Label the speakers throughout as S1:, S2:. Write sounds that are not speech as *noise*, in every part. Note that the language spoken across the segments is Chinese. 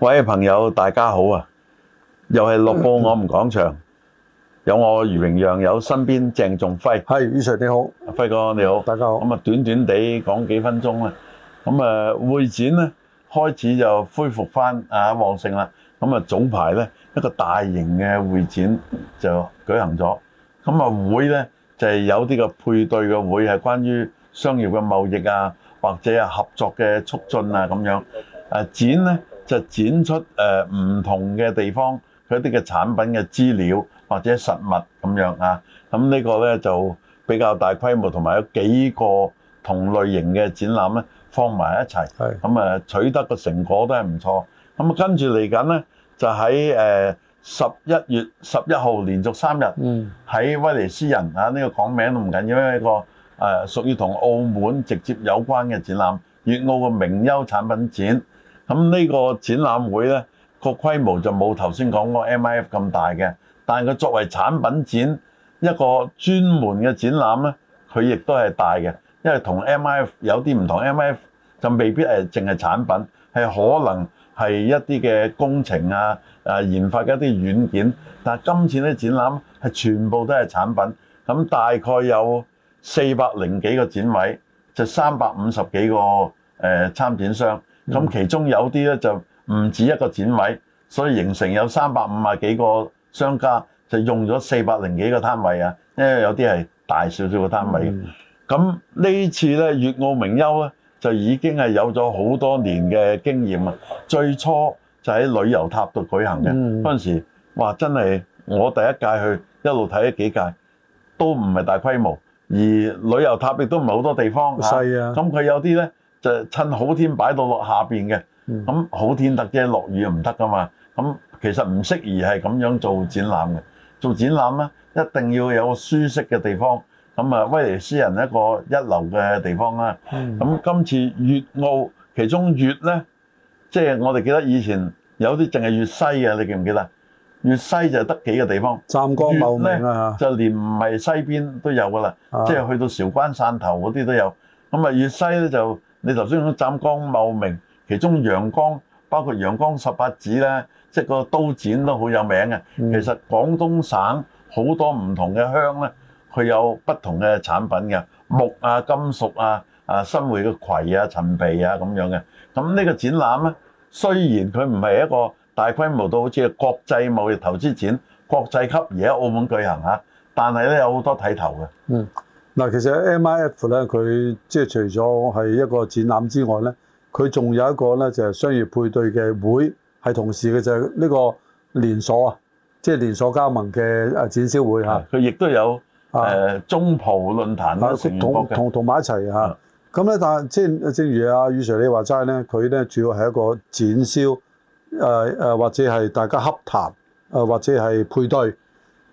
S1: 喂，朋友，大家好啊！又係樂報我唔講場，有我余榮讓，有身邊鄭仲輝，
S2: 係，宇 Sir 你好，
S1: 輝哥你好，
S2: 大家好。
S1: 咁啊短短地講幾分鐘啦。咁啊會展咧開始就恢復翻啊旺盛啦。咁啊早排咧一個大型嘅會展就舉行咗。咁啊會咧就係、有啲個配對嘅會係關於商業嘅貿易啊，或者係合作嘅促進啊咁樣。啊展咧就展出誒呃唔、同嘅地方佢一啲嘅產品嘅資料或者實物咁樣啊。咁呢個咧就比較大規模，同埋有幾個同類型嘅展覽咧放埋一齊，
S2: 係
S1: 咁啊取得個成果都係唔錯。咁啊跟住嚟緊咧就喺誒十一月十一號連續三日
S2: 嗯，
S1: 喺威尼斯人啊，呢、個講名都唔緊要，因為一個誒、呃、屬於同澳門直接有關嘅展覽，粵澳嘅名優產品展。咁呢個展覽會呢個規模就冇頭先講嗰個 MIF 咁大嘅，但係佢作為產品展一個專門嘅展覽呢，佢亦都係大嘅，因為同 MIF 有啲唔同，MIF 就未必係淨係產品，係可能係一啲嘅工程啊、誒研發嘅一啲軟件，但係今次呢展覽係全部都係產品，咁大概有四百零幾個展位，就三百五十幾個誒、呃、參展商，咁其中有啲咧就唔止一個展位，所以形成有三百五啊幾個商家就用咗四百零幾個攤位啊，因為有啲係大少少嘅攤位嘅。咁呢次咧粵澳名優咧就已經係有咗好多年嘅經驗啊！最初就喺旅遊塔度舉行嘅，
S2: 嗯
S1: 嗰陣時哇真係我第一屆去，一路睇咗幾屆，都唔係大規模，而旅遊塔亦都唔係好多地方嚇
S2: 細啊，
S1: 咁佢有啲咧就趁好天擺到落下邊嘅，
S2: 嗯
S1: 咁好天得啫，落雨又唔得噶嘛。咁其實唔適宜係咁樣做展覽嘅。做展覽咧，一定要有個舒適嘅地方。咁啊，威尼斯人一個一流嘅地方啦。
S2: 咁
S1: 咁今次粵澳其中粵咧，即係我哋記得以前有啲淨係粵西嘅，你記唔記得？粵西就得幾個地方，
S2: 湛江茂名啊，
S1: 就連唔係西邊都有噶啦。
S2: 啊
S1: 即係去到韶關、汕頭嗰啲都有。咁啊，粵西咧就你頭先講湛江、茂名，其中陽江包括陽江十八子咧，即係個刀剪都好有名嘅。
S2: 嗯
S1: 其實廣東省好多唔同嘅鄉咧，佢有不同嘅產品嘅木啊、金屬啊、啊新會嘅葵啊、陳皮啊咁樣嘅。咁呢個展覽咧，雖然佢唔係一個大規模到好似國際貿易投資展、國際級而喺澳門舉行嚇，但係咧有好多睇頭嘅。
S2: 嗯，嗱，其實 MIF 咧，佢即係除咗係一個展覽之外咧，佢仲有一個咧就係商業配對嘅會，係同時嘅就係呢個連鎖啊，即係連鎖加盟嘅誒展銷會嚇
S1: 啊，佢亦都有
S2: 啊
S1: 誒中葡論壇
S2: 啊
S1: 都成員國
S2: 同
S1: 嘅，
S2: 同同埋一齊
S1: 啊
S2: 嚇。咁咧，但係即係正如阿宇 Sir 你話齋咧，佢咧主要係一個展銷，誒、誒、或者係大家洽談，誒、或者係配對。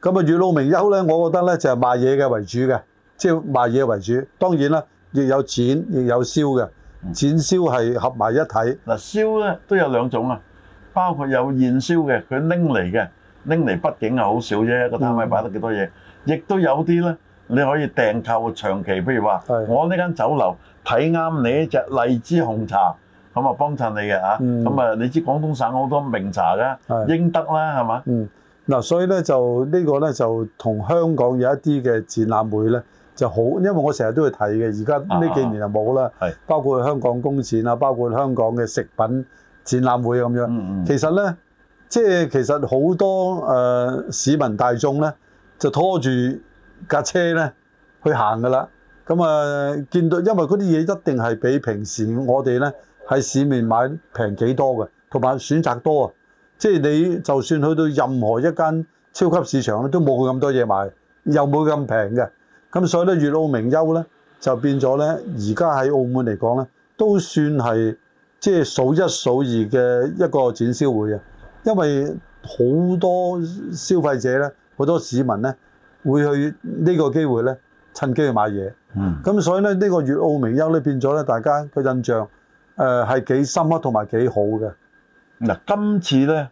S2: 咁啊，與路名優咧，我覺得咧就係賣嘢嘅為主嘅，即係賣嘢為主。當然啦，亦有展，亦有銷嘅，展銷係合埋一體。
S1: 嗱燒咧都有兩種啊，包括有現燒嘅，佢拎嚟嘅，拎嚟畢竟係好少啫，一個攤位擺得幾多嘢，亦都有啲咧你可以訂購長期，譬如話
S2: 係
S1: 我呢間酒樓睇啱你呢只荔枝紅茶，咁啊幫襯你嘅啊，
S2: 嗯
S1: 咁啊你知廣東省好多名茶㗎，
S2: 係
S1: 英德啦係嘛，
S2: 嗯，嗱，所以咧就呢個咧就同香港有一啲嘅展覽會咧就好，因為我成日都去睇嘅，而家呢幾年就冇啦。
S1: 係
S2: 包括香港公展啊，包括香港嘅食品展覽會咁樣。
S1: 嗯嗯，
S2: 其實咧，即係其實好多誒、呃市民大眾咧，就拖住架車咧去行噶啦。咁啊、呃見到因為嗰啲嘢一定係比平時我哋咧喺市面買平幾多嘅，同埋選擇多啊。即係你就算去到任何一間超級市場咧，都冇佢咁多嘢賣，又冇佢咁平嘅。咁所以咧，粵澳名優咧就變咗咧，而家喺澳門嚟講咧，都算係即係數一數二嘅一個展銷會啊。因為好多消費者咧，好多市民咧會去呢個機會咧，趁機去買嘢。
S1: 嗯。
S2: 咁所以咧，呢、個粵澳名優咧變咗咧，大家個印象誒係幾深刻同埋幾好嘅。
S1: 嗱，今次咧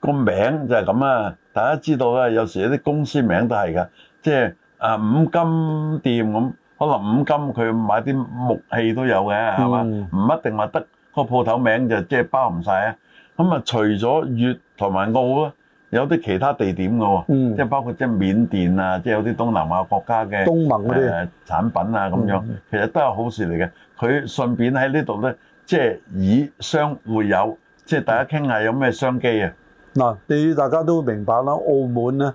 S1: 個名就係咁啊！大家知道啦，有時有啲公司名都係㗎，即係啊五金店咁，可能五金佢買啲木器都有嘅，係嘛？
S2: 嗯
S1: 唔一定話得個鋪頭名就即係包含晒啊！咁啊，除咗粵同埋澳咧，有啲其他地點嘅喎，
S2: 嗯
S1: 即係包括即係緬甸啊，即係有啲東南亞國家嘅
S2: 東盟嗰啲
S1: 誒產品啊咁樣
S2: 哎嗯，
S1: 其實都係好事嚟嘅。佢順便喺呢度咧，即係以商會友，即係大家傾下有咩商機啊。
S2: 嗱，你大家都明白啦，澳門咧，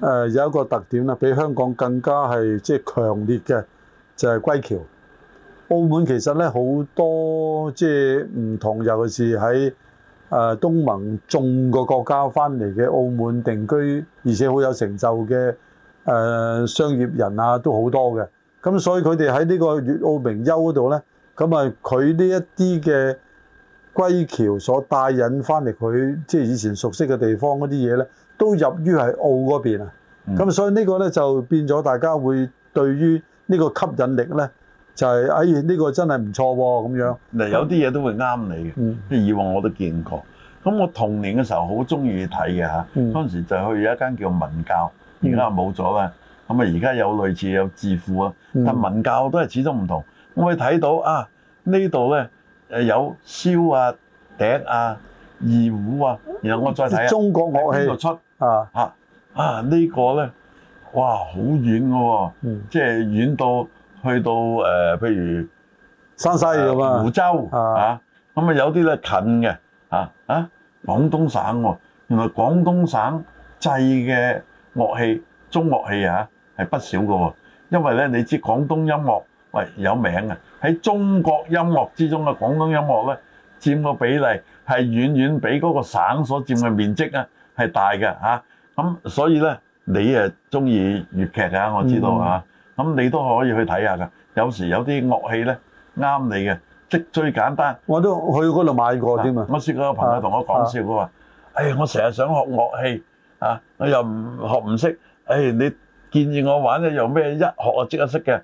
S2: 誒、有一個特點啦，比香港更加係即係強烈嘅，就係、歸橋。澳門其實咧好多即係唔同，尤其是喺誒、呃、東盟眾個國家翻嚟嘅澳門定居，而且好有成就嘅誒、呃商業人啊，都好多嘅。咁所以佢哋喺呢個粵澳名優嗰度咧，咁啊佢呢一啲嘅。歸橋所帶引翻嚟佢即係以前熟悉嘅地方嗰啲嘢咧，都入於係澳嗰邊啊。
S1: 嗯
S2: 咁、所以呢個咧就變咗大家會對於呢個吸引力咧，就係、哎呢、個真係唔錯喎咁樣。
S1: 嗱，有啲嘢都會啱你嘅。
S2: 嗯
S1: 即係以往我都見過。咁我童年嘅時候好中意睇嘅嚇，
S2: 嗯
S1: 嗰陣時就去有一間叫文教，而家冇咗啦。咁啊，而家有類似有智庫啊，
S2: 嗯
S1: 但文教都係始終唔同。我哋睇到啊，呢度咧誒有簫啊、笛啊、二胡啊，然後我再睇嗯啊，
S2: 中國樂
S1: 喺邊度
S2: 器
S1: 出
S2: 啊，
S1: 嚇啊呢個咧，哇好遠嘅喎，
S2: 嗯，
S1: 即係遠到去到誒、呃譬如。呃
S2: 山西咁啊
S1: 湖，州
S2: 啊
S1: 啊，咁啊有啲咧近嘅啊啊，廣東省喎，原來廣東省製嘅樂器中樂器啊係不少嘅喎，因為咧你知廣東音樂喂有名啊，喺中國音樂之中嘅廣東音樂咧佔個比例係遠遠比嗰個省所佔嘅面積啊係大嘅嚇，咁、所以咧你誒中意粵劇啊，我知道啊，咁、你都可以去睇下㗎，有時有啲樂器咧。啱你嘅，即最簡單。
S2: 我都去嗰度啊買過添啊。
S1: 我試過有朋友同我講笑，佢話：，哎呀，我成日想學樂器啊，我又唔學唔識。哎，你建議我玩咧，又咩一學我即刻識嘅？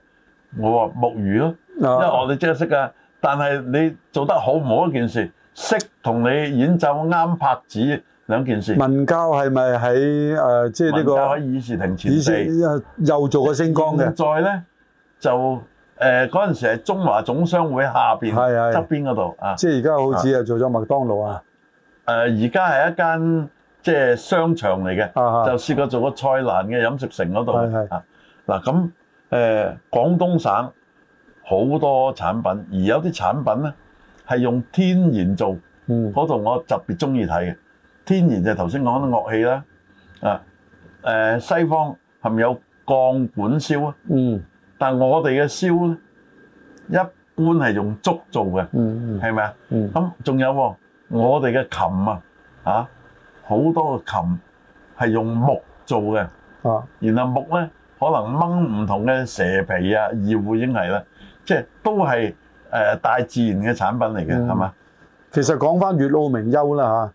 S1: 我話木魚咯，一
S2: 啊，
S1: 學你即刻識㗎。但係你做得好唔好一件事，識同你演奏啱拍子兩件事。
S2: 文教係咪喺誒即係呢
S1: 文教喺
S2: 個
S1: 議事亭前
S2: 以前
S1: 地，嗯
S2: 呃又做過星光嘅
S1: 現？在咧就誒嗰陣時係中華總商會下邊
S2: 係係
S1: 側邊嗰度啊。
S2: 即係而家好似係做咗麥當勞啊，
S1: 誒而家係一間即係商場嚟嘅，
S2: 啊
S1: 就試過做個菜欄嘅飲食城嗰度。
S2: 係係
S1: 啊嗱咁誒，廣東省好多產品，而有啲產品咧係用天然做，
S2: 嗯
S1: 嗰度我特別中意睇嘅。天然就係頭先講啲樂器啦，啊誒、西方係咪有鋼管燒啊？
S2: 嗯
S1: 但我哋嘅燒咧，一般係用竹做嘅，
S2: 嗯嗯
S1: 係咪啊？
S2: 嗯。
S1: 咁仲有喎，我哋嘅琴啊，啊好多嘅琴係用木做嘅，
S2: 啊，
S1: 然後木咧可能掹唔同嘅蛇皮啊、二胡已經係啦，即係都係誒、呃大自然嘅產品嚟嘅，
S2: 嗯
S1: 係嘛、
S2: 其實講翻粵澳名優啦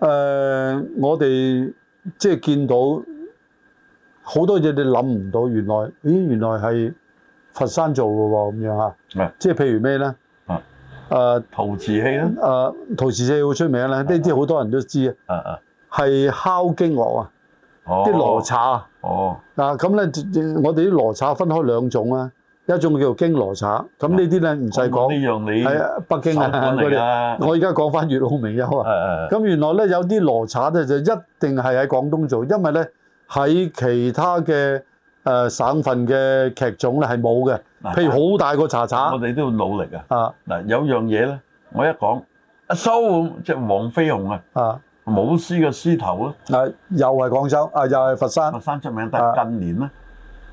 S2: 嚇，誒、我哋即係見到好多嘢你諗唔到，原來咦原來係佛山做嘅喎咁樣嚇
S1: 係，
S2: 即係譬如咩咧？
S1: 啊
S2: 誒
S1: 陶瓷器啦，
S2: 誒陶瓷社好出名啦，呢啲好多人都知啊，
S1: 啊啊，
S2: 係敲擊樂啊，
S1: 哦
S2: 啲羅剎啊。
S1: 哦，
S2: 嗱咁咧，我哋啲羅剎分開兩種啊，一種叫做京羅剎，咁呢啲咧唔使
S1: 咁
S2: 講，
S1: 呢樣啊你
S2: 係啊北京啊
S1: 手本
S2: 嗰
S1: 嚟
S2: 啲。
S1: 啦，
S2: *laughs* 我而家講翻粵澳名優
S1: 誒
S2: 啊。
S1: 誒
S2: 咁原來咧有啲羅剎咧就一定係喺廣東做，因為咧喺其他嘅誒、呃省份嘅劇種咧係冇嘅，
S1: 嗱
S2: 譬如好啊大個茶
S1: 我
S2: 茶
S1: 哋都要努力啊！
S2: 啊
S1: 嗱，有樣嘢咧，我一講阿蘇咁即係黃飛鴻啊，
S2: 啊
S1: 舞獅嘅獅頭啦。
S2: 啊，又係廣州啊，又係佛山
S1: 佛山出名，但係近年咧，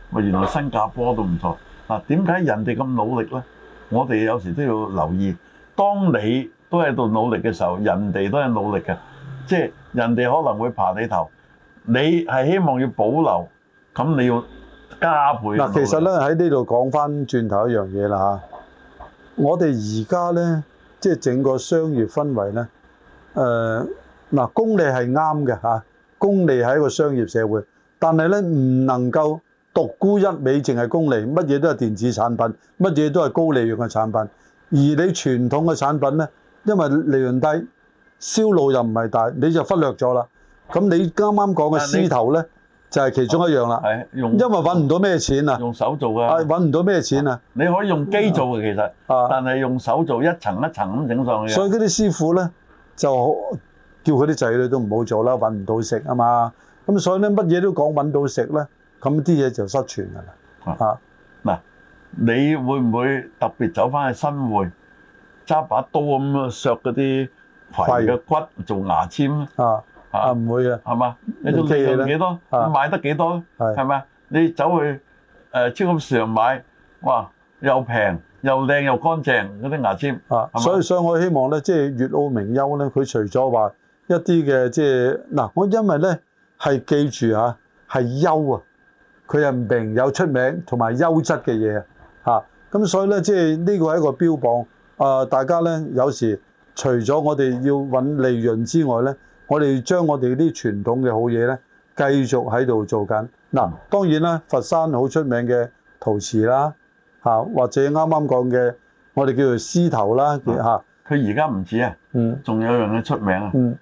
S1: 咪原來新加坡都唔錯。嗱，點解人哋咁努力咧？我哋有時都要留意。當你都喺度努力嘅時候，人哋都係努力嘅，即係人哋可能會爬你頭，你係希望要保留，咁你要加倍咁努力。
S2: 嗱，其實咧喺呢度講翻轉頭一樣嘢啦嚇，我哋而家咧即係整個商業氛圍咧，誒、嗱功利係啱嘅嚇，功利係一個商業社會，但係咧唔能夠獨沽一味，淨係功利，乜嘢都係電子產品，乜嘢都係高利潤嘅產品，而你傳統嘅產品咧，因為利潤低，銷路又唔係大，你就忽略咗啦。咁你啱啱講嘅
S1: 但你
S2: 獅頭咧，就係、其中一樣啦，
S1: 係用
S2: 因為揾唔到咩錢啊。
S1: 用手做
S2: 啊，
S1: 嘅，
S2: 揾唔到咩錢啊！
S1: 你可以用機做嘅其實，
S2: 啊，
S1: 但係用手做一層一層咁整上去嘅。
S2: 所以嗰啲師傅咧就叫佢啲仔女都唔好做啦，揾唔到食啊嘛。咁所以咧，乜嘢都講揾到食咧，咁啲嘢就失傳㗎啦。啊，
S1: 嗱，你會唔會特別走翻去新會揸把刀咁樣削嗰啲葵嘅骨做牙籤咧？
S2: 啊啊
S1: 啊，
S2: 唔會嘅，
S1: 係嘛？你仲利潤幾多？
S2: 啊
S1: 買得幾多？
S2: 係
S1: 係咪？你走去誒超級市場買，哇！又平又靚又乾淨嗰啲牙籤，
S2: 啊，
S1: 係嘛
S2: 所以所以我希望咧，即係粵澳名優咧，佢除咗話一啲嘅即係嗱，我因為咧係記住啊，係優啊，佢係名有出名同埋優質嘅嘢啊，嚇咁所以咧，即係呢個係一個標榜啊、大家咧有時除咗我哋要揾利潤之外咧，我哋要將我哋啲傳統嘅好嘢咧，繼續喺度做緊。嗱、
S1: 嗯
S2: 當然啦，佛山好出名嘅陶瓷啦，嚇、或者啱啱講嘅我哋叫做獅頭
S1: 啊
S2: 啦，啊嚇、
S1: 佢而家唔止啊，
S2: 嗯
S1: 仲有樣嘢出名啊，
S2: 嗯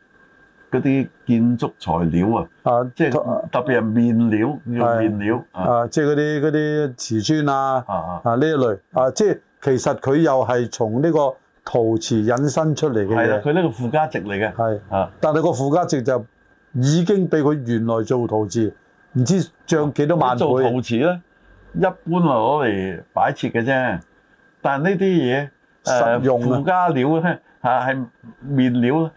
S1: 嗰啲建築材料啊，
S2: 啊，
S1: 即係特別係面料，叫
S2: 係
S1: 面料啊
S2: 啊，即係嗰啲嗰啲瓷磚啊
S1: 啊啊！
S2: 啊呢一類啊，即係其實佢又係從呢個陶瓷引申出嚟嘅
S1: 係啦，
S2: 嘢，
S1: 佢呢個附加值嚟嘅
S2: 係，
S1: 啊，
S2: 但係個附加值就已經比佢原來做陶瓷唔知漲幾多萬倍，
S1: 做陶瓷咧，一般係攞嚟擺設嘅啫，但呢啲嘢呃
S2: 實用啊
S1: 附加料咧嚇係面料呢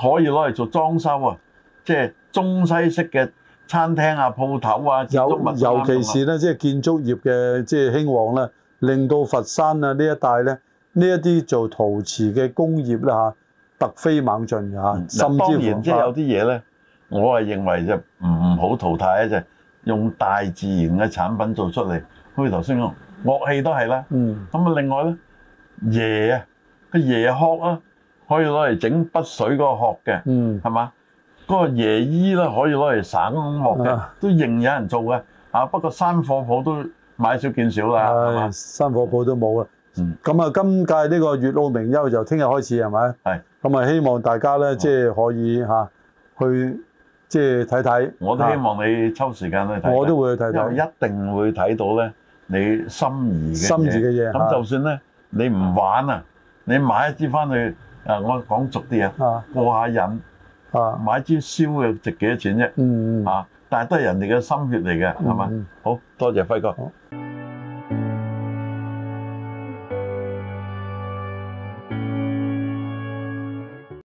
S1: 可以攞嚟做裝修啊，即係中西式嘅餐廳啊、鋪頭啊、建築
S2: 尤
S1: 物啊
S2: 尤其是咧，即係建築業嘅即係興旺啦，令到佛山啊呢一帶咧，呢一啲做陶瓷嘅工業啦嚇，突飛猛進嘅
S1: 嗯
S2: 嚇，甚
S1: 嗱當
S2: 至乎啊
S1: 然即係有啲嘢咧，我係認為就唔好淘汰咧，啊就係用大自然嘅產品做出嚟，好似頭先講樂器都係啦。
S2: 嗯
S1: 咁啊，另外咧，椰啊，個椰殼啊，可以攞嚟整筆水嗰個殼嘅，
S2: 嗯
S1: 係嘛？嗰、個椰衣咧可以攞嚟省殼嘅
S2: 啊，
S1: 都仍有人做嘅。啊，不過山貨鋪都買少見少啦，係
S2: 唉
S1: 啊嘛？
S2: 山火鋪都冇啦
S1: 嗯。
S2: 咁啊，今屆呢個粵澳名優就聽日開始係咪？
S1: 係。
S2: 咁啊，希望大家咧即係可以嚇去即係睇睇。
S1: 我都希望你抽時間去睇
S2: 啊，
S1: 睇，
S2: 我都會去睇
S1: 因為
S2: 睇。
S1: 一定會睇到咧你心儀嘅
S2: 心儀嘅嘢
S1: 咁
S2: 嚇
S1: 就算咧你唔玩啊，你買一支翻去誒，我講俗啲啊，
S2: 啊
S1: 過下癮，
S2: 啊
S1: 買支燒嘅值幾多錢啫？
S2: 嗯嗯
S1: 啊啊，但係都係人哋嘅心血嚟嘅，係嘛？
S2: 嗯
S1: 好多謝輝哥。
S2: 好